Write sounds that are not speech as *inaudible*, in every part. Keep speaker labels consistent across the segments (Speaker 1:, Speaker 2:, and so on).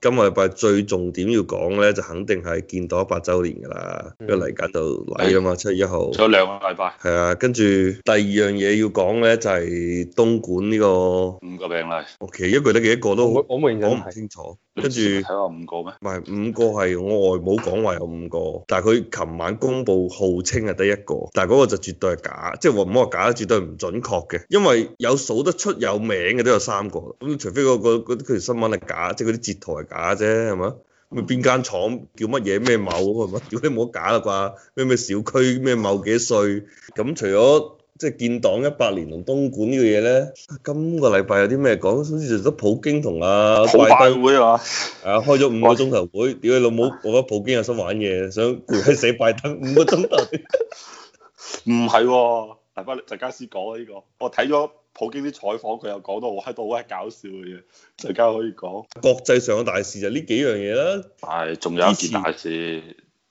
Speaker 1: 今個禮拜最重點要講咧，就肯定係建黨一百週年㗎啦，因為嚟緊就嚟啊啦嘛，七月一號。
Speaker 2: 仲有兩個禮拜，
Speaker 1: 係啊，跟住第二樣嘢要講咧，就係東莞呢個，我
Speaker 2: 五個病例，
Speaker 1: 其實一句得幾多個
Speaker 3: 我
Speaker 1: 都
Speaker 3: 我冇認真
Speaker 1: 講唔
Speaker 3: 睇，
Speaker 1: 清楚。
Speaker 2: 你
Speaker 1: 跟住
Speaker 2: 睇下五個咩？
Speaker 1: 唔係五個係我外母講話有五個，但係佢琴晚公佈號稱係得一個，但係嗰個就絕對係假，即係話唔好話假，絕對係唔準確嘅，因為有數得出有名嘅都有三個，咁除非嗰、個嗰嗰條新聞係假，即係嗰啲截圖係假啫，係嘛？咁邊間廠叫乜嘢咩某係嘛？ *laughs* 屌你冇得假啦啩？咩咩小區咩某幾歲？咁除咗即係建黨一百年同東莞呢個嘢咧，今個禮拜有啲咩講？好似就得普京同阿
Speaker 2: 好
Speaker 1: 拜登
Speaker 2: 拜。會啊嘛，
Speaker 1: 係啊，開咗五個鐘頭會，屌你老母！
Speaker 3: 啊
Speaker 1: 我覺得普京有心玩嘢，想攰喺死拜登 *laughs* 五個鐘頭。
Speaker 2: 唔係喎，大翻陣間先講啊呢個，我睇咗普京啲採訪，佢又講到好喺度好閪搞笑嘅嘢，陣間可以講。
Speaker 1: 國際上嘅大事就呢幾樣嘢啦。
Speaker 2: 係，仲有一件大事，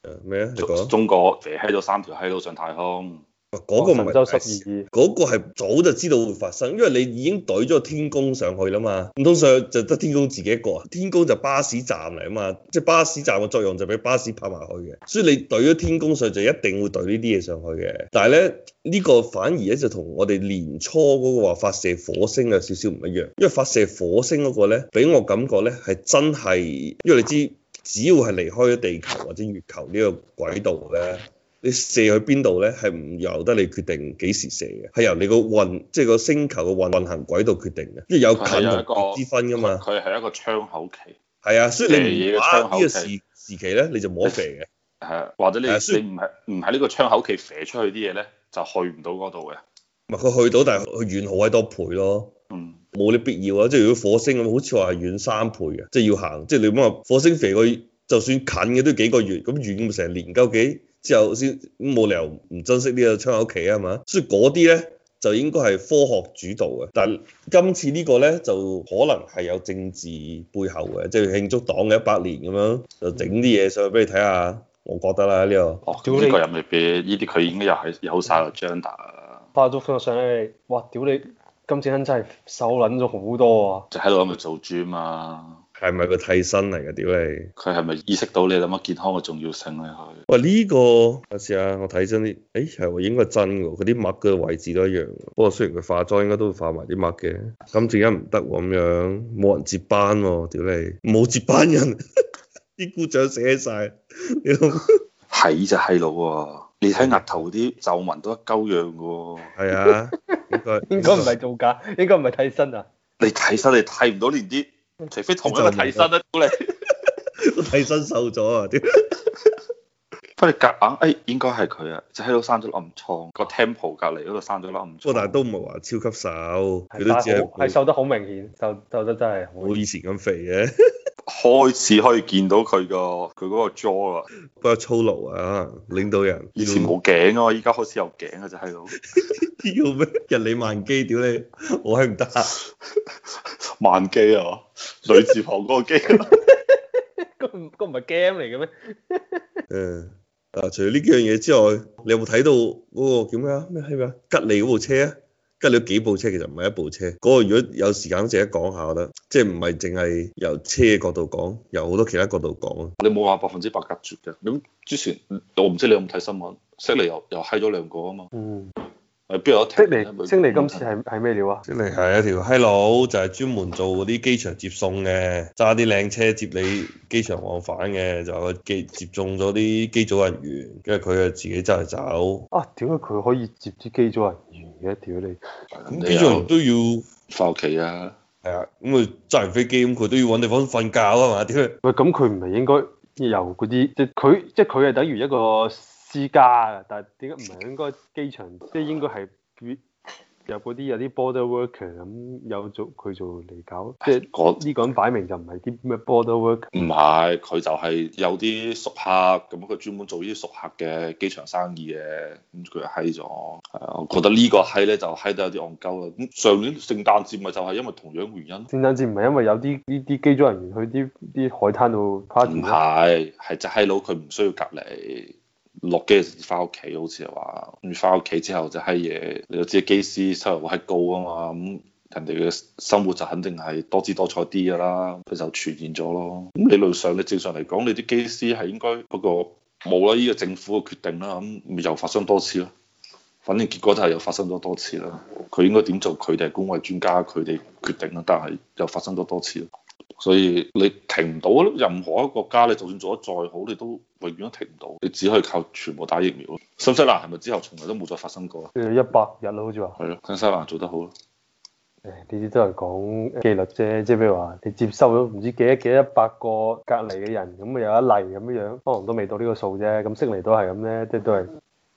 Speaker 1: 誒咩啊？你
Speaker 2: 中
Speaker 1: 講
Speaker 2: 中國肥閪咗三條閪佬上太空，
Speaker 1: 哇嗰個唔
Speaker 3: 神
Speaker 1: 係
Speaker 3: 舟十
Speaker 1: 大事，
Speaker 3: 二二，
Speaker 1: 嗰個係早就知道會發生，因為你已經懟咗個天宮上去啦嘛。唔通上就得天宮自己一個啊？天宮就巴士站嚟啊嘛，即係巴士站嘅作用就俾巴士拍埋去嘅，所以你懟咗天宮上就一定會懟呢啲嘢上去嘅。但係咧。呢個反而咧就同我哋年初嗰個話發射火星有少少唔一樣，因為發射火星嗰個咧，俾我感覺咧係真係，因為你知，只要係離開咗地球或者月球呢個軌道咧，你射去邊度咧係唔由得你決定幾時射嘅，係由你個運，即係個星球嘅運運行軌道決定嘅，因為有近
Speaker 2: 係有一
Speaker 1: 同
Speaker 2: 個
Speaker 1: 遠之分噶嘛，
Speaker 2: 佢係一個窗口期，
Speaker 1: 係啊，所以你
Speaker 2: 射
Speaker 1: 唔
Speaker 2: 嘢嘅窗
Speaker 1: 把
Speaker 2: 口
Speaker 1: 握呢個時
Speaker 2: 期
Speaker 1: 時期咧，你就冇得射嘅。
Speaker 2: 係啊或者你你
Speaker 1: 係啊雖
Speaker 2: 唔係唔喺呢個窗口期射出去啲嘢咧，就去唔到嗰度嘅。
Speaker 1: 唔係佢去到，但係佢遠好閪多倍咯。
Speaker 2: 嗯，
Speaker 1: 冇啲必要啊！即係如果火星咁，好似話係遠三倍嘅，即係要行。即係你諗下，火星肥過，就算近嘅都幾個月，咁遠咁成年鳩幾之後先咁冇理由唔珍惜呢個窗口期啊係嘛。所以嗰啲咧就應該係科學主導嘅，但係今次呢個咧就可能係有政治背後嘅，即係慶祝黨嘅一百年咁樣，就整啲嘢上去俾你睇下。我覺得啦呢、個。
Speaker 2: 哦，
Speaker 3: 屌你
Speaker 2: 呢個人未必，呢啲佢已經有係有晒個啊 agenda 啦，
Speaker 3: 發咗張相俾你，哇！屌你，金正恩真係瘦撚咗好多啊！
Speaker 2: 就喺度喺度做 gym 啊。
Speaker 1: 係咪個替身嚟嘅？屌你！
Speaker 2: 佢係咪意識到你諗下健康嘅重要性咧？佢
Speaker 1: 喂，呢、個等下啊，我睇真啲，誒係喎，應該係真嘅喎，佢啲墨嘅位置都一樣喎。不過雖然佢化妝應該都會化埋啲墨嘅，咁正一唔得喎，咁樣冇人接班喎、屌你，冇接班人， *laughs* 啲姑丈寫晒，你老母
Speaker 2: 係呢隻閪佬喎，你睇額頭啲皺紋都一鳩樣嘅喎。
Speaker 1: 係啊，應該
Speaker 3: *laughs* 應該唔係造假，應該唔係替身啊！
Speaker 2: 你睇身你睇唔到連啲，除非同一個睇 *laughs* 身啦，啊屌你！
Speaker 1: 替身瘦咗啊，屌！
Speaker 2: 不過你夾硬，誒、哎、應該係佢啊，隻閪佬生咗粒暗瘡，個 temple 隔離嗰度生咗粒暗瘡。
Speaker 1: 不過但係都唔係話超級瘦，佢
Speaker 3: 係
Speaker 1: 都只係
Speaker 3: 好係
Speaker 1: 冇
Speaker 3: 瘦得好明顯，瘦瘦得真係好
Speaker 1: 冇以前咁肥嘅，
Speaker 2: 開始可以見到佢個佢嗰個 jaw 啦，
Speaker 1: 不過粗魯啊，領導人
Speaker 2: 以前冇頸啊嘛，依家開始有頸啊，隻閪佬
Speaker 1: *laughs* 要咩日理萬機，屌你，我係唔得啊！
Speaker 2: 萬肌啊，女字旁嗰個肌啊。
Speaker 3: 嗰唔嗰唔係 game 嚟嘅咩？
Speaker 1: 誒啊！除咗呢幾樣嘢之外，你有冇睇到嗰個叫咩啊？咩係咩啊？吉利嗰部車啊？吉利有幾部車其實唔係一部車，嗰、個如果有時間值得講下，我覺得即係唔係淨係由車嘅角度講，由好多其他角度講啊。
Speaker 2: *laughs* 你冇話百分之百隔絕嘅。咁之前我唔知你有冇睇新聞，悉尼又又閪咗兩個啊嘛。
Speaker 3: 嗯，
Speaker 2: 誒邊有得
Speaker 3: 悉
Speaker 2: 停呢
Speaker 3: 尼悉尼今次係係咩料啊？
Speaker 1: 即係係一條閪佬，就係專門做嗰啲機場接送嘅，揸啲靚車接你機場往返嘅，就話佢接接中咗啲機組人員，跟住佢就自己真係走。
Speaker 3: 啊！屌佢可以接啲機組人員嘅，屌你！
Speaker 1: 咁機組人員都要
Speaker 2: 翻屋企啊！
Speaker 1: 係啊，咁佢揸完飛機咁，佢都要揾地方瞓覺啊嘛，點
Speaker 3: 喂，咁佢唔係應該由嗰啲即係佢即係佢係等於一個私家啊，但係點解唔係應該機場即係應該係有嗰啲有啲 border worker 咁有做佢做嚟搞，即係
Speaker 2: 嗰
Speaker 3: 呢個人擺明就唔係啲咩 border worker。
Speaker 2: 唔係佢就係有啲熟客咁，佢專門做呢啲熟客嘅機場生意嘅，咁佢就閪咗。係啊，我覺得呢個閪咧就閪得有啲戇鳩啦。咁上年聖誕節咪就係因為同樣原因，
Speaker 3: 聖誕節唔係因為有啲呢啲機組人員去啲啲海灘度 party
Speaker 2: 啊唔
Speaker 3: 咩
Speaker 2: 係係隻閪佬佢唔需要隔離。落機就翻屋企，好似係話，咁翻屋企之後就閪嘢，你就知機師收入好閪高啊嘛，咁人哋嘅生活就肯定係多姿多彩啲㗎啦，佢就傳染咗咯。咁理論上你正常嚟講，你啲機師係應該不過冇啦，呢、個政府嘅決定啦，咁咪又發生多次咯。反正結果就係又發生咗多次啦。佢應該點做，佢哋係工位專家，佢哋決定啦。但係又發生咗多次，所以你停唔到咯。任何一個國家，你就算做得再好，你都永遠都停唔到。你只可以靠全部打疫苗咯。新西蘭係咪之後從來都冇再發生過啊？
Speaker 3: 誒一百日咯，好似話。
Speaker 2: 係咯，新西蘭做得好咯。
Speaker 3: 誒呢啲都係講紀律啫，即係譬如話你接收咗唔知幾多幾多百個隔離嘅人，咁啊有一例咁樣樣，可能都未到呢個數啫。咁悉尼都係咁咧，即係都係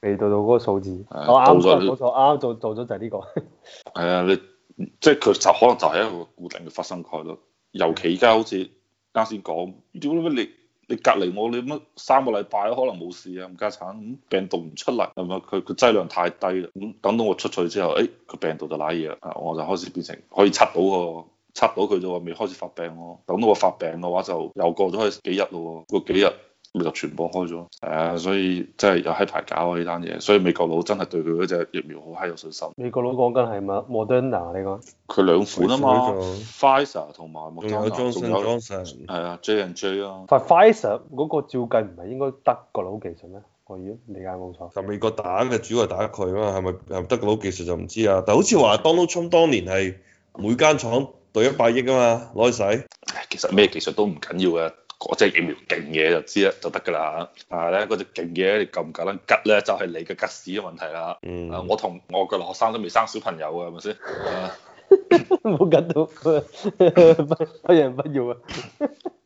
Speaker 3: 未到到嗰個數字。我
Speaker 2: 係
Speaker 3: 啱
Speaker 2: 到咗
Speaker 3: 冇錯，啱做做咗就係呢個。 *laughs*
Speaker 2: 係啊，你即係佢就可能就係一個固定嘅發生概率，尤其而家好似啱先講，屌你乜你你隔離我，你乜三個禮拜都可能冇事啊，唔家產，咁病毒唔出嚟係咪？佢佢劑量太低啦，咁等到我出去之後，誒、個病毒就瀨嘢啦，啊我就開始變成可以測到個。測到佢就話未開始發病喎，等到我發病嘅話就又過咗去幾日咯喎，過幾日咪就傳播開咗，係啊，所以真係有閪排搞啊呢單嘢，所以美國佬真係對佢嗰隻疫苗好閪有信心。
Speaker 3: 美國佬講緊係咪 Moderna 你講？
Speaker 2: 佢兩款啊嘛
Speaker 1: 佢
Speaker 2: ，Pfizer 同埋莫
Speaker 1: 仲
Speaker 2: 德
Speaker 1: 有
Speaker 2: 納，
Speaker 1: Johnson
Speaker 2: 仲嗯有
Speaker 1: Johnson，
Speaker 2: 係啊 J and J 啊，
Speaker 3: 但 Pfizer 嗰個照計唔係應該德國佬技術咩？我如果理解冇 *laughs* 錯。
Speaker 1: 就美國打嘅主要係打佢啊嘛，係咪係咪德國佬技術就唔知啊，但好似話 Donald Trump 當年係每間廠對一百億啊嘛，攞去使。
Speaker 2: 唉其實咩技術都唔緊要嘅，嗰隻疫苗勁嘢就知啦，就得㗎啦嚇。但係咧嗰隻勁嘢你夠唔夠膽吉咧，就係你嘅吉屎嘅問題啦。
Speaker 1: 嗯
Speaker 2: 啊，我同我嘅學生都未生小朋友啊，係咪先？啊
Speaker 3: 冇緊到，不不人不要啊！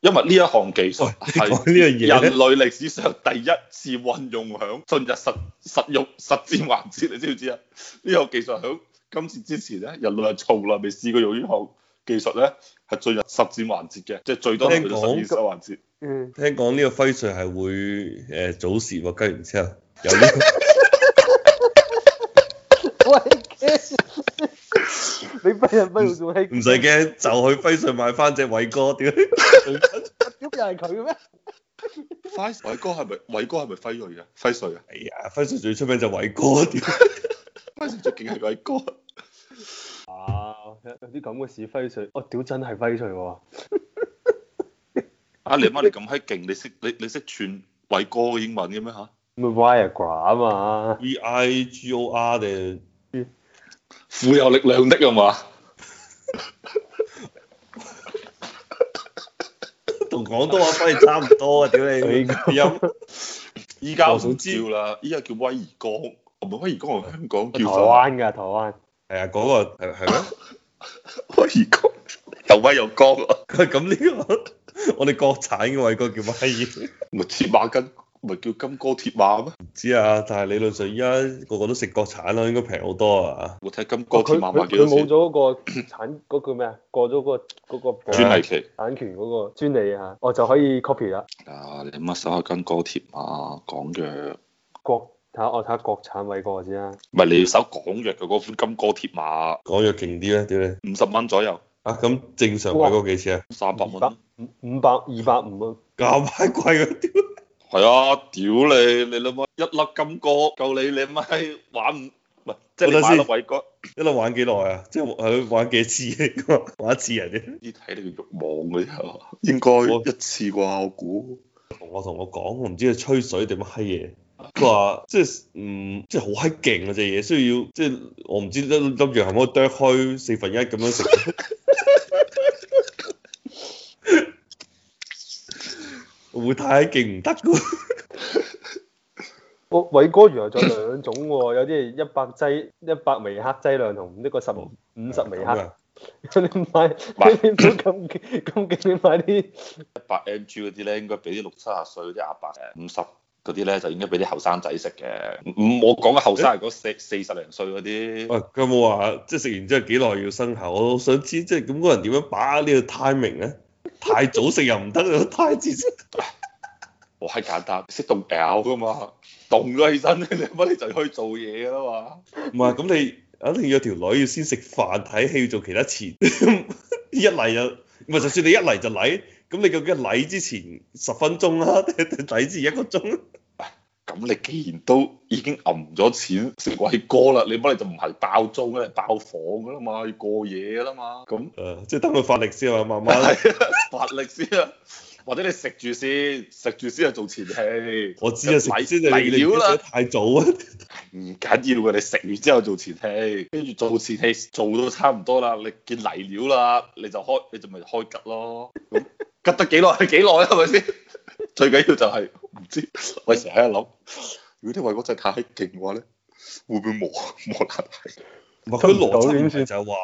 Speaker 2: 因為呢一項技術係
Speaker 1: 講呢樣嘢呢
Speaker 2: 人類歷史上第一次運用響進入實實用實戰環節，你知唔知啊？呢項技術響今次之前咧，人類係從來未試過用呢項技術咧，係進入實戰環節嘅，即係最多係去到實驗室環節。
Speaker 3: 嗯，
Speaker 1: 聽講呢個輝瑞係會誒、呃早泄喎，跟住然之後有呢、
Speaker 3: *laughs* 喂，你不人不要做戲
Speaker 1: 個，唔使驚，就去輝瑞買翻隻偉哥，屌！
Speaker 3: 咁又係佢嘅咩？
Speaker 2: 輝偉哥係咪偉哥係咪輝瑞啊？輝瑞啊？
Speaker 1: 哎呀，輝瑞最出名就偉哥，屌！
Speaker 2: 輝瑞最勁係偉哥。
Speaker 3: 啊，有啲咁嘅事輝瑞，我屌真係輝瑞喎！
Speaker 2: 啊！你媽你咁閪勁，你識你你識串偉哥嘅英文嘅咩嚇？
Speaker 3: 咪 Viagra 啊嘛，
Speaker 1: V E I G O R 定
Speaker 2: 富有力量的啊嘛？
Speaker 1: 同廣東話翻譯差唔多啊！屌你，
Speaker 3: 偉
Speaker 1: 音
Speaker 2: 依家
Speaker 1: 我
Speaker 2: 唔
Speaker 1: 想知
Speaker 2: 叫啦，依家叫威而剛，唔係威而剛係香港
Speaker 3: 台
Speaker 2: 叫法，
Speaker 3: 灣㗎台灣，
Speaker 1: 係啊，嗰、個係係咩？
Speaker 2: 威而剛 *laughs* 又威又剛啊，
Speaker 1: 佢 *laughs* 咁呢個我哋國產嘅偉哥叫乜嘢？ *laughs*
Speaker 2: 唔係鐵馬筋，唔係叫金哥鐵馬咩？
Speaker 1: 唔知啊，但係理論上依家個個都食國產啦，應該平好多啊！
Speaker 2: 我睇金哥
Speaker 3: 哦佢
Speaker 2: 鐵
Speaker 3: 佢
Speaker 2: 馬賣幾
Speaker 3: 佢冇咗
Speaker 2: 多錢？
Speaker 3: 嗰個產 *clears throat* 嗰個咩啊？過咗嗰個嗰個
Speaker 2: 專利期
Speaker 3: 版權嗰個專利啊，我就可以 copy 啦。
Speaker 2: 啊！你乜手下金哥鐵馬港藥？
Speaker 3: 國睇下我睇下國產偉哥先啊，
Speaker 2: 唔係你要搜港藥嘅嗰款金哥鐵馬，
Speaker 1: 講藥勁啲咧，屌你！
Speaker 2: 五十蚊左右，
Speaker 1: 啊，咁正常偉哥幾錢啊？ *laughs*
Speaker 2: 三百蚊。
Speaker 3: 五五百二百五啊！
Speaker 1: 咁閪貴啊！屌！
Speaker 2: 係啊！屌你！你諗下一粒金哥夠你你咪玩唔？唔係即係你
Speaker 1: 等陣
Speaker 2: 買
Speaker 1: 先
Speaker 2: 粒偉哥。
Speaker 1: 一路玩幾耐啊？即係係玩幾次？啊玩一次啊人哋
Speaker 2: 啲睇你嘅慾望嘅啫，應該一次啩，我估。
Speaker 1: 同我同我講，我唔知佢吹水定乜閪嘢。佢話即係唔即係好閪勁啊隻嘢，需要即係我唔知粒粒藥係咪可以剁開四分一咁樣食。 *laughs* 會太勁唔得㗎喎，
Speaker 3: 我偉哥原來仲有兩種喎、
Speaker 2: *laughs*
Speaker 3: 有啲係一百劑、一百微克劑量同呢個十
Speaker 2: 哦
Speaker 3: 五十微克。 *laughs* 你買你唔好咁咁勁，你買啲
Speaker 2: 一百 mg 嗰啲咧，應該俾啲六七十歲嗰啲阿伯呃五十嗰啲咧，就應該俾啲後生仔食嘅。唔，我講嘅後生係講四四十零歲嗰
Speaker 1: 喂，
Speaker 2: 啲。
Speaker 1: 佢有冇話即係食完之後幾耐要生效？我好想知即係咁嗰人點樣把握呢個 timing 咧？太早食又唔得啊，太遲食
Speaker 2: 我閪簡單，識動咬噶嘛，動咗起身咧，你乜你就可以做嘢噶啦嘛。
Speaker 1: 唔係，咁你肯定有條女要先食飯睇戲，要做其他前， *laughs* 一嚟就唔係，就算你一嚟就 *laughs* 嚟，咁你究竟係嚟之前十分鐘啦、定係嚟之前一個鐘？
Speaker 2: 咁咁你既然都已經揞咗錢食偉哥啦，你乜你就唔係包租咧，係包房噶啦嘛，要過夜噶啦嘛，
Speaker 1: *laughs*
Speaker 2: 咁
Speaker 1: 誒，
Speaker 2: *laughs*
Speaker 1: 即係等佢發力先啊，慢 *laughs* 慢。
Speaker 2: 係啊，發力先啊，或者你食住先，食住先係做前戲。
Speaker 1: 我知啊，食
Speaker 2: 嚟
Speaker 1: 先你你
Speaker 2: 嚟料啦，
Speaker 1: 太早 *laughs* 啊！
Speaker 2: 唔緊要嘅，你食完之後做前戲，跟住做前戲做到差唔多啦，你見嚟料啦，你就開你就咪開吉咯，咁 *laughs* 吉得幾耐 *laughs* 係幾耐啊？係咪先？最緊要就係唔知，我成日喺度諗，如果啲偉哥真係太勁嘅話咧，會唔會磨 *laughs* 磨爛？
Speaker 1: 唔係佢
Speaker 3: 唔到
Speaker 1: 邏輯問
Speaker 3: 點算
Speaker 1: 題就係話，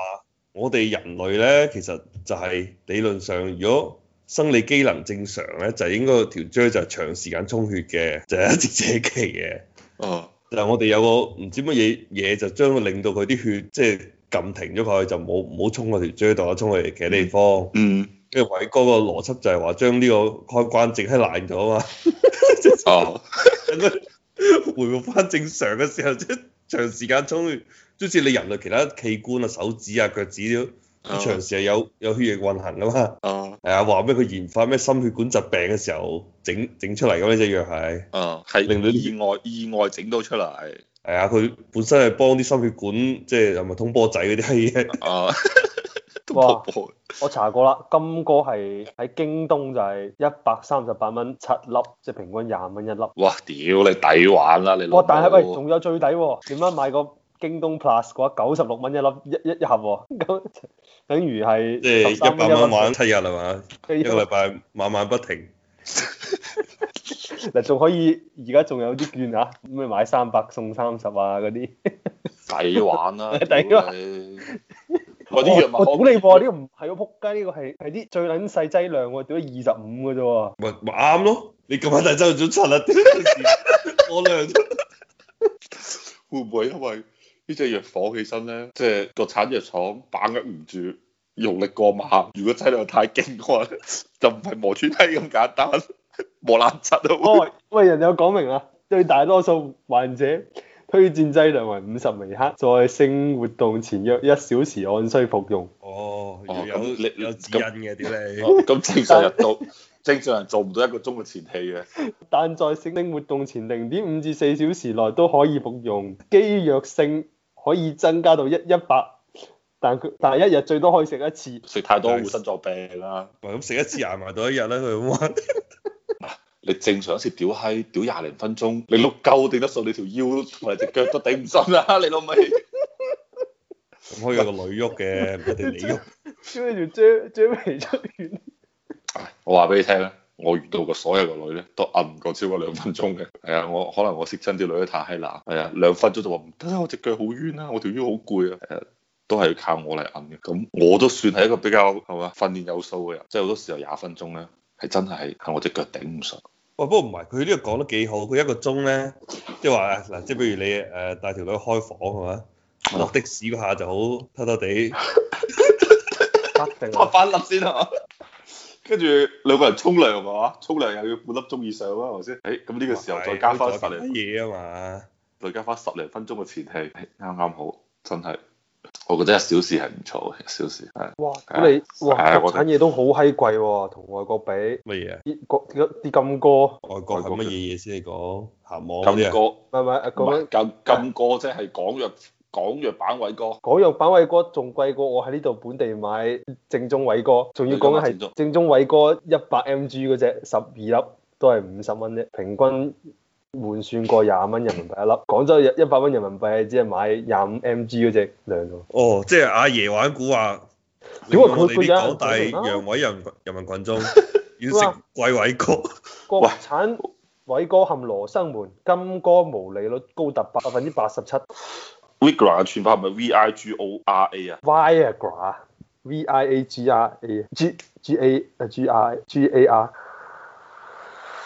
Speaker 1: 我哋人類咧，其實就係理論上，如果生理機能正常咧，就應該條 j 就係長時間充血嘅，就 *laughs* 係一直借期嘅。
Speaker 2: 啊，
Speaker 1: 但係我哋有個唔知乜嘢嘢，就將佢令到佢啲血即係撳停咗佢，就冇唔好衝嗰條 j 度，衝去其他地方。
Speaker 2: 嗯，
Speaker 1: 跟住偉哥個邏輯就係話，將呢個開關整係爛咗啊嘛， *laughs*
Speaker 2: 啊，
Speaker 1: 等佢回復翻正常嘅時候，即係長時間充血，即好似你人類其他器官啊、手指啊、腳趾都。長時係有有血液運行噶嘛，
Speaker 2: 啊
Speaker 1: 係啊，話咩佢研發咩心血管疾病嘅時候整整出嚟咁呢只藥係，
Speaker 2: 啊，係
Speaker 1: 令到啲
Speaker 2: 意外意外整到出嚟
Speaker 1: 係啊，佢本身係幫啲心血管即係係咪通波仔嗰啲嘢，
Speaker 2: 啊， *laughs* 都
Speaker 3: 哇
Speaker 2: 冇冇
Speaker 3: 我查過啦，金哥係喺京東就係一百三十八蚊七粒，即係平均廿蚊一粒。
Speaker 2: 哇！屌你抵玩啦你老
Speaker 3: 哇！
Speaker 2: 母！
Speaker 3: 但係喂，仲有最抵喎，點解買個京東 Plus 嘅話九十六蚊一粒一一一盒喎？咁等於係
Speaker 1: 即係
Speaker 3: 13
Speaker 1: 一百蚊玩七日係嘛，一
Speaker 3: 一
Speaker 1: 個
Speaker 3: 粒
Speaker 1: 禮拜晚晚不停，
Speaker 3: *laughs* 嗱，仲可以而家仲有啲券啊，咁咪買三百送三十啊嗰啲。
Speaker 2: 抵
Speaker 3: *laughs*
Speaker 2: 玩啦，
Speaker 3: 抵
Speaker 2: 屌
Speaker 3: 玩
Speaker 2: 你！嗰啲藥物
Speaker 3: 我
Speaker 2: 可
Speaker 3: 我屌你喎，呢個唔係喎，撲街呢個係係啲最撚細劑量喎，屌二十五嘅啫喎。
Speaker 1: 咪咪啱咯，你咁晚大周早啊七 *laughs* 日，我量
Speaker 2: 會唔會因為呢隻藥火起身咧，即係個產藥廠把握唔住，用力過猛，如果劑量太勁嘅話， *laughs* 就唔係磨穿閪咁簡單， *laughs* 磨爛質啊！
Speaker 3: 哦，喂，人哋有講明啊，對大多數患者推薦劑量為五十微克，在性活動前約一小時按需服用。
Speaker 1: 哦，
Speaker 2: 哦
Speaker 1: 要有
Speaker 2: 咁你
Speaker 1: 有指引嘅屌你，
Speaker 2: 咁正常人做，正常人做唔到一個鐘嘅前戲嘅。
Speaker 3: 但在性活動前零點五至四小時內都可以服用，肌藥性可以增加到一一百，但佢但係一日最多可以食一次。
Speaker 2: 食太多會心臟病啦。
Speaker 1: 咪咁食一次牙埋到一日啦，佢咁玩，
Speaker 2: 你正常一次屌閪屌廿零分鐘，你碌鳩頂得順，你條腰同埋隻腳都頂唔順啦， *laughs* 你老味。
Speaker 1: 咁可以有個女喐嘅，唔一定你 *laughs* 喐，
Speaker 3: 跟住追追皮出院，
Speaker 2: 唉我話俾你聽咧，我遇到過所有個女咧，都摁唔過超過兩分鐘嘅。係啊，我可能我識親啲女都太閪難。係啊，兩分鐘就話唔得啊，我隻腳好冤啊，我條腰好攰啊。係啊，都係要靠我嚟摁嘅。咁我都算係一個比較係嘛訓練有素嘅人，即係好多時候廿分鐘咧係真係係我隻腳頂唔順。 *laughs*
Speaker 1: 喂，不過唔係，佢呢個講得幾好，佢一個鐘咧，即係話嗱，即係譬如你誒帶條女開房係嘛，落的士嗰下就好偷偷地，
Speaker 3: 一定
Speaker 2: 拍翻粒先啊！跟住兩個人沖涼啊，沖涼又要半粒鐘以上啊，係咪先？誒、咁呢個時候再加翻十
Speaker 1: 乜
Speaker 2: 零，
Speaker 1: 嘢啊
Speaker 2: 再加翻十零分鐘嘅前戲，誒啱啱好，真係，我覺得一小時係唔錯嘅，一小時係。
Speaker 3: *laughs* 哇！咁你哇，
Speaker 2: 係啊
Speaker 3: 國
Speaker 2: 我
Speaker 3: 產嘢都好閪貴喎，同外國比
Speaker 1: 嘛，乜嘢啊？
Speaker 3: 啲國啲啲金歌。
Speaker 1: 外國係乜嘢嘢先？你講鹹網嗰
Speaker 2: 金
Speaker 1: 啲啊？
Speaker 2: 哥，
Speaker 3: 唔係唔係，
Speaker 2: 唔係
Speaker 3: 講
Speaker 2: 金金哥即係港藥港藥版偉哥，
Speaker 3: 講樣板偉哥仲貴過我喺呢度本地買正宗偉哥，仲要講緊
Speaker 2: 你講
Speaker 3: 係正宗偉哥一百 mg 嗰只十二粒都係五十蚊啫，平均換算過廿蚊人民幣一粒。廣州一百蚊人民幣係只係買廿五 mg 嗰只量啫喎。
Speaker 1: 哦，即係阿爺玩古話，
Speaker 3: 點
Speaker 1: 令
Speaker 3: 解
Speaker 1: 到
Speaker 3: 佢
Speaker 1: 我哋
Speaker 3: 佢
Speaker 1: 啲
Speaker 3: 有人
Speaker 1: 廣大
Speaker 3: 講啦
Speaker 1: 陽痿人人民
Speaker 3: *laughs*
Speaker 1: 群眾要
Speaker 3: 哇
Speaker 1: 食貴偉哥，
Speaker 3: 國
Speaker 2: 喂
Speaker 3: 產偉哥含羅生門，金哥毛利率高達百分之八十七。
Speaker 2: Vigra 嘅串法係咪 V I G O R A 啊？
Speaker 3: Viagra V I A G R A G G A 啊 G R G A R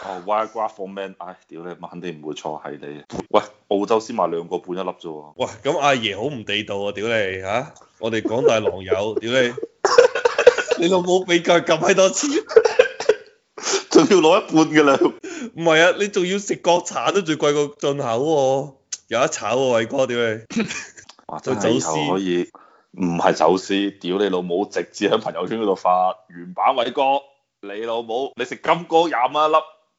Speaker 2: 哦，Viagra for men，唉，屌你媽，肯定唔會錯係你。喂，澳洲先賣兩個半一粒啫喎。
Speaker 1: *laughs* *laughs* 哇！咁阿爺好唔地道啊！屌你嚇，我哋廣大狼
Speaker 3: *laughs*
Speaker 1: 友，屌你，你老母俾佢撳閪多次。
Speaker 2: 仲要攞一半嘅量，
Speaker 1: 唔係啊，你仲要食國產都最貴過進口喎、有得炒喎、偉哥屌你！
Speaker 2: 哇！
Speaker 1: 真
Speaker 2: 真
Speaker 1: 係以
Speaker 2: 係以
Speaker 1: 後
Speaker 2: 後
Speaker 1: 可
Speaker 2: 可以唔係走私，屌你老母，直接喺朋友圈嗰度發原版偉哥，你老母，你食金哥廿蚊一粒，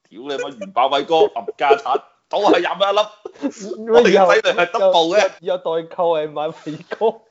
Speaker 2: 屌你乜原版偉哥，冚家產，草係廿蚊一粒，
Speaker 3: 我
Speaker 2: 我哋嘅劑量係 double 嘅。
Speaker 3: 有代購係買肥膏。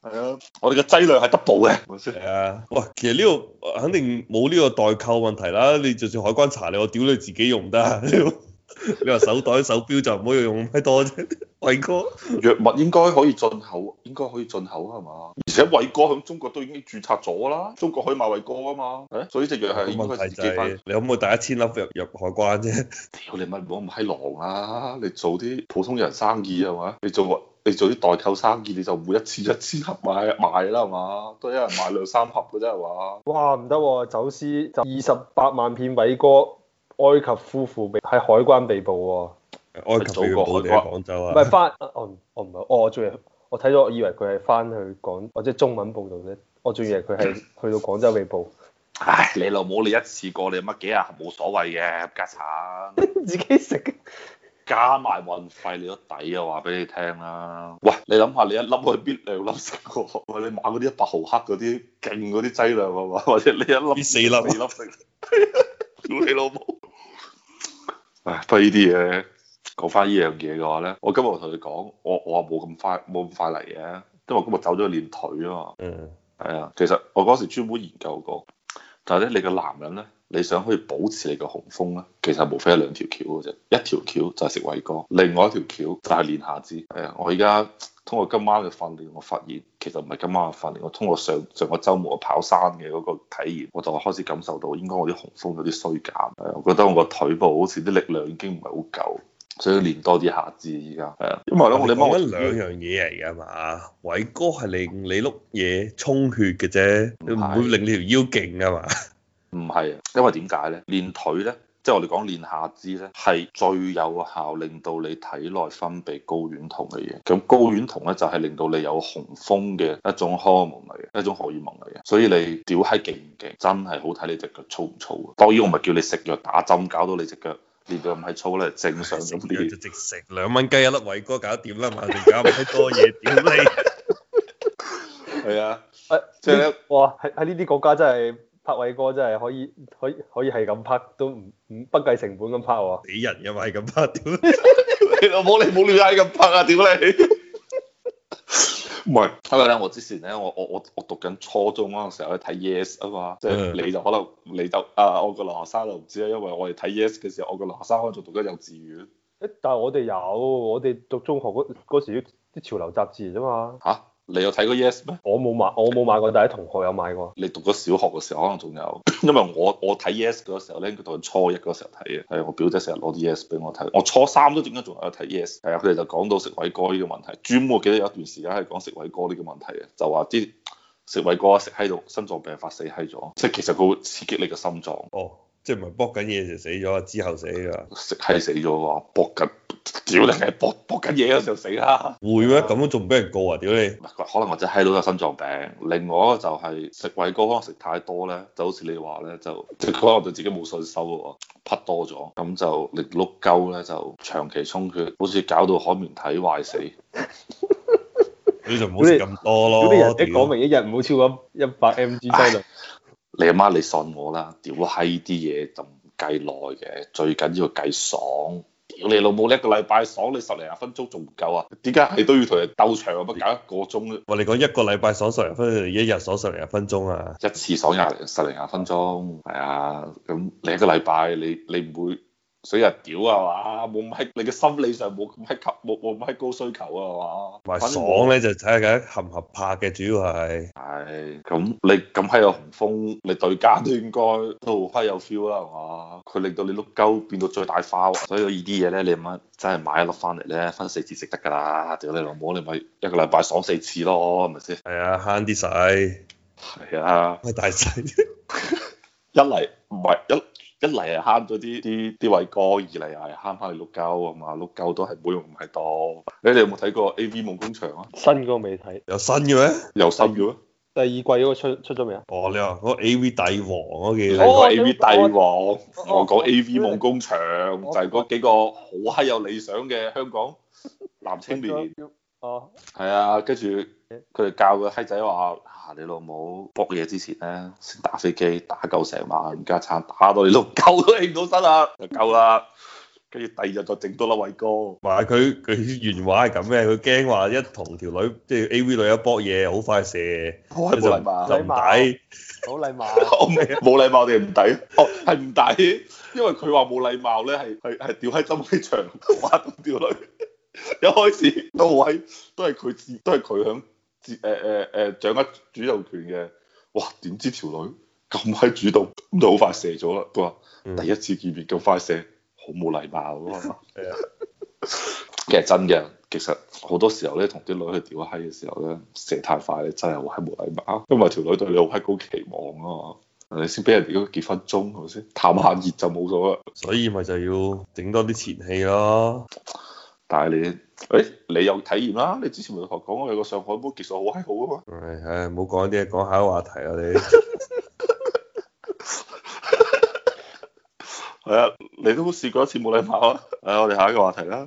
Speaker 2: 係啊，我哋嘅劑量係 double 嘅，係咪先？
Speaker 1: 係啊，喂，其實呢度呃肯定冇呢個代購問題啦。你就算海關查你，我屌你自己用唔得啊。你話手袋、手錶就唔好用咁閪多啫。偉哥，
Speaker 2: 藥物應該可以進口，應該可以進口啊係嘛？而且偉哥喺中國都已經註冊咗啦，中國可以買偉哥啊嘛，誒所以隻藥係應
Speaker 1: 問
Speaker 2: 該
Speaker 1: 題
Speaker 2: 自
Speaker 1: 就
Speaker 2: 己翻。
Speaker 1: 係你可唔可以帶一千粒入入海關啫？
Speaker 2: 屌你乜唔好咁閪狼啦！你做啲普通人生意係嘛？你做你做啲代購生意，你就每一次一千盒買賣啦係嘛？都一人買兩三盒嘅啫係嘛？
Speaker 3: 哇，唔得喎！走私就二十八萬片偉哥，埃及夫婦被喺海關被捕喎、
Speaker 1: 埃及俾佢保定喺廣州
Speaker 3: 唔
Speaker 1: 啊？
Speaker 3: 係翻，我唔我唔係，哦我仲以為我睇咗，我以為佢係翻去講，或者中文報導啫。我仲以為佢係去到廣州被捕， *laughs*
Speaker 2: 唉，你老母你一次過你乜幾廿盒冇所謂嘅，家產。
Speaker 3: 自己食。
Speaker 2: 加埋運費你都抵啊！話俾你聽啦。喂，你諗下，你一粒去邊兩粒食喎？喂，你買嗰啲一百毫克嗰啲勁嗰啲劑量係嘛？ *laughs* 或者你一粒
Speaker 1: 呢四粒
Speaker 2: 四粒食，屌你老母！唉，不過呢啲嘢講翻呢樣嘢嘅話咧，我今日同你講，我我話冇咁快冇咁快嚟嘅，因為我今日走咗去練腿啊嘛。
Speaker 1: 嗯，
Speaker 2: 係啊，其實我嗰時專門研究過，但係咧，你個男人咧，你想可以保持你個雄風咧，其實無非係兩條橋嘅啫，一條橋就係食偉哥，另外一條橋就係練下肢。係啊，我而家通過今晚嘅訓練，我發現其實唔係今晚嘅訓練，我通過上上個週末我跑山嘅嗰個體驗，我就開始感受到應該我啲雄風有啲衰減。係啊，我覺得我個腿部好似啲力量已經唔係好夠。所以要練多啲下肢依家，係啊，因為咧我
Speaker 1: 我
Speaker 2: 哋
Speaker 1: 哋
Speaker 2: 幫
Speaker 1: 講
Speaker 2: 我
Speaker 1: 緊兩樣嘢嚟㗎嘛。偉哥係令你碌嘢充血嘅啫，你唔會令你條腰勁㗎嘛。
Speaker 2: 唔係啊，因為點解咧？練腿咧，即係我哋講練下肢咧，係最有效令到你體內分泌睾丸酮嘅嘢。咁睾丸酮咧就係、令到你有雄風嘅一種荷爾蒙嚟嘅，一種荷爾蒙嚟嘅。所以你屌閪勁唔勁，真係好睇你隻腳粗唔粗啊！當然我唔係叫你食藥打針搞到你隻腳練到咁閪粗咧，正常
Speaker 1: 食
Speaker 2: 咁
Speaker 1: 藥
Speaker 2: 練
Speaker 1: *laughs* 就。直食兩蚊雞一粒偉哥搞掂啦嘛，仲搞唔閪多嘢，屌 *laughs* 你！
Speaker 2: *laughs* 係啊，
Speaker 3: 誒
Speaker 2: 即係咧
Speaker 3: 哇！喺喺呢啲國家真係拍偉哥真係可以可以可以係咁拍，都唔唔不計成本咁拍喎。
Speaker 1: 死人嘅嘛，係咁啊！屌你！
Speaker 2: 你老母你冇亂嗌咁拍啊！屌你！唔係，因為咧，我之前咧，我我我我讀緊初中嗰陣時候咧睇 Yes 啊嘛，即係
Speaker 1: 嗯
Speaker 2: 你就可能你就啊，我個留學生就唔知啦，因為我哋睇 Yes 嘅時候，我個留學生可能仲讀緊幼稚園
Speaker 3: 誒但係我哋有，我哋讀中學嗰嗰時啲潮流雜誌嚟啫嘛。
Speaker 2: 吓、你有睇過 Yes 咩？
Speaker 3: 我冇買，我冇買過，但係同學有買過。
Speaker 2: 你讀咗小學嘅時候可能仲有， *clears throat* 因為我我睇 Yes 嗰個時候咧，佢讀緊初一嗰個時候睇嘅，係我表姐成日攞啲 Yes 俾我睇，我初三都點解仲有睇 Yes？係啊，佢哋就講到食偉哥呢個問題，專門我記得有一段時間係講食偉哥呢個問題嘅，就話啲食偉哥啊食喺度心臟病發死喺咗，即係其實佢會刺激你嘅心臟，
Speaker 1: 哦，即係唔係搏緊嘢就死咗，之後死㗎？
Speaker 2: 食係死咗喎，搏緊，屌你係搏搏緊嘢嘅時候死啦。
Speaker 1: 會咩？咁樣仲唔俾人告啊？屌你！
Speaker 2: 唔係可能或者閪佬有心臟病，另外一個就係食偉哥可能食太多咧，就好似你話咧，就即係可能對自己冇信心喎，匹多咗，咁就令碌鳩咧就長期充血，好似搞到海綿體壞死。
Speaker 1: 你就唔好食咁多
Speaker 3: 嗰
Speaker 1: 咯。
Speaker 3: 啲人一
Speaker 1: 哦屌
Speaker 3: 講明一日唔好超過一百 mg 劑量。
Speaker 2: 你阿媽你信我啦，屌閪啲嘢就唔計耐嘅，最緊要計爽。屌你老母，你一個禮拜爽你十零廿分鐘仲唔夠啊？點解係都要同人鬥長啊？乜搞一個鐘呢
Speaker 1: 喂，你講一個禮拜爽十零分鐘，一日爽十零分鐘啊？
Speaker 2: 一次爽廿零十零廿分鐘，係啊，咁你一個禮拜你你唔會水日屌啊嘛，冇咁閪，你嘅心理上冇咁閪及冇冇咁閪高需求啊嘛，
Speaker 1: 同埋
Speaker 2: 反正
Speaker 1: 爽咧就睇下佢合唔合拍嘅，主要係。
Speaker 2: 係咁你咁閪有雄風，你對家都應該都好閪有 feel 啦，係嘛？佢令到你碌鳩變到最大化，所以呢啲嘢咧，你咪真係買一粒翻嚟咧，分四次食得㗎啦，屌你老母，你咪一個禮拜爽四次咯，係咪先？
Speaker 1: 係啊，慳啲使，
Speaker 2: 係啊。
Speaker 1: 喂大使。
Speaker 2: 一嚟唔係一一嚟係慳咗啲啲啲位哥，二嚟係慳翻你碌鳩啊嘛，碌鳩都係冇用唔係多。你哋有冇睇過 A.V. 夢工場啊？
Speaker 3: 新嗰個未睇，
Speaker 1: *laughs* 有新嘅咩？
Speaker 2: 有心嘅咩？
Speaker 3: 第二季嗰個出出咗未啊？
Speaker 1: 哦，你話嗰個 A.V. 帝王嗰
Speaker 2: 你
Speaker 1: 幾
Speaker 3: 哦
Speaker 2: 講
Speaker 3: 我
Speaker 2: A.V. 帝王，我講
Speaker 3: 我
Speaker 2: A.V. 夢工場就
Speaker 3: 我
Speaker 2: 係嗰幾個好閪有理想嘅香港男青年。
Speaker 3: 哦，
Speaker 2: 係啊，跟住佢哋教個閪仔話：啊，你老母搏嘢之前咧，先打飛機打夠成晚，唔家產打到你碌鳩都起唔到身啊，就夠啦。跟住第二日再整多粒偉哥。
Speaker 1: 話佢佢原話係咁嘅，佢驚話一同條女即係 A V 女一搏嘢，好快射，
Speaker 2: 我
Speaker 1: 佢
Speaker 2: 係
Speaker 1: 就
Speaker 2: 冇禮貌，
Speaker 1: 就唔抵。
Speaker 3: 好禮貌。啊
Speaker 2: 我明 *laughs* 冇禮貌定唔抵？哦，係唔抵，因為佢話冇禮貌咧，係係係屌喺針機場玩到條女。 *laughs* 一開始到位都係佢自，都係佢響自誒誒誒掌握主導權嘅。哇！點知條女 *laughs* 咁閪主動，咁就好快射咗啦。佢話
Speaker 1: 嗯
Speaker 2: 第一次見面咁快射，好冇禮貌啊嘛。
Speaker 1: 係啊
Speaker 2: 其實真嘅，其實好多時候咧，同啲女去屌閪嘅時候咧，射太快咧，真係好閪冇禮貌，因為條女對你好閪高期望啊嘛，你先俾人哋嗰幾分鐘係咪先？探下熱就冇咗啦。
Speaker 1: 所以咪就要整多啲前戲咯。
Speaker 2: 但係你，誒、你有體驗啦，你之前咪同我講過有個上海妹技術好閪好啊嘛，
Speaker 1: 唉，唉，唔好講呢啲嘢，講下一個話題啦，你。
Speaker 2: 係啊，你都試過一次冇禮貌啊。誒，我哋下一個話題啦。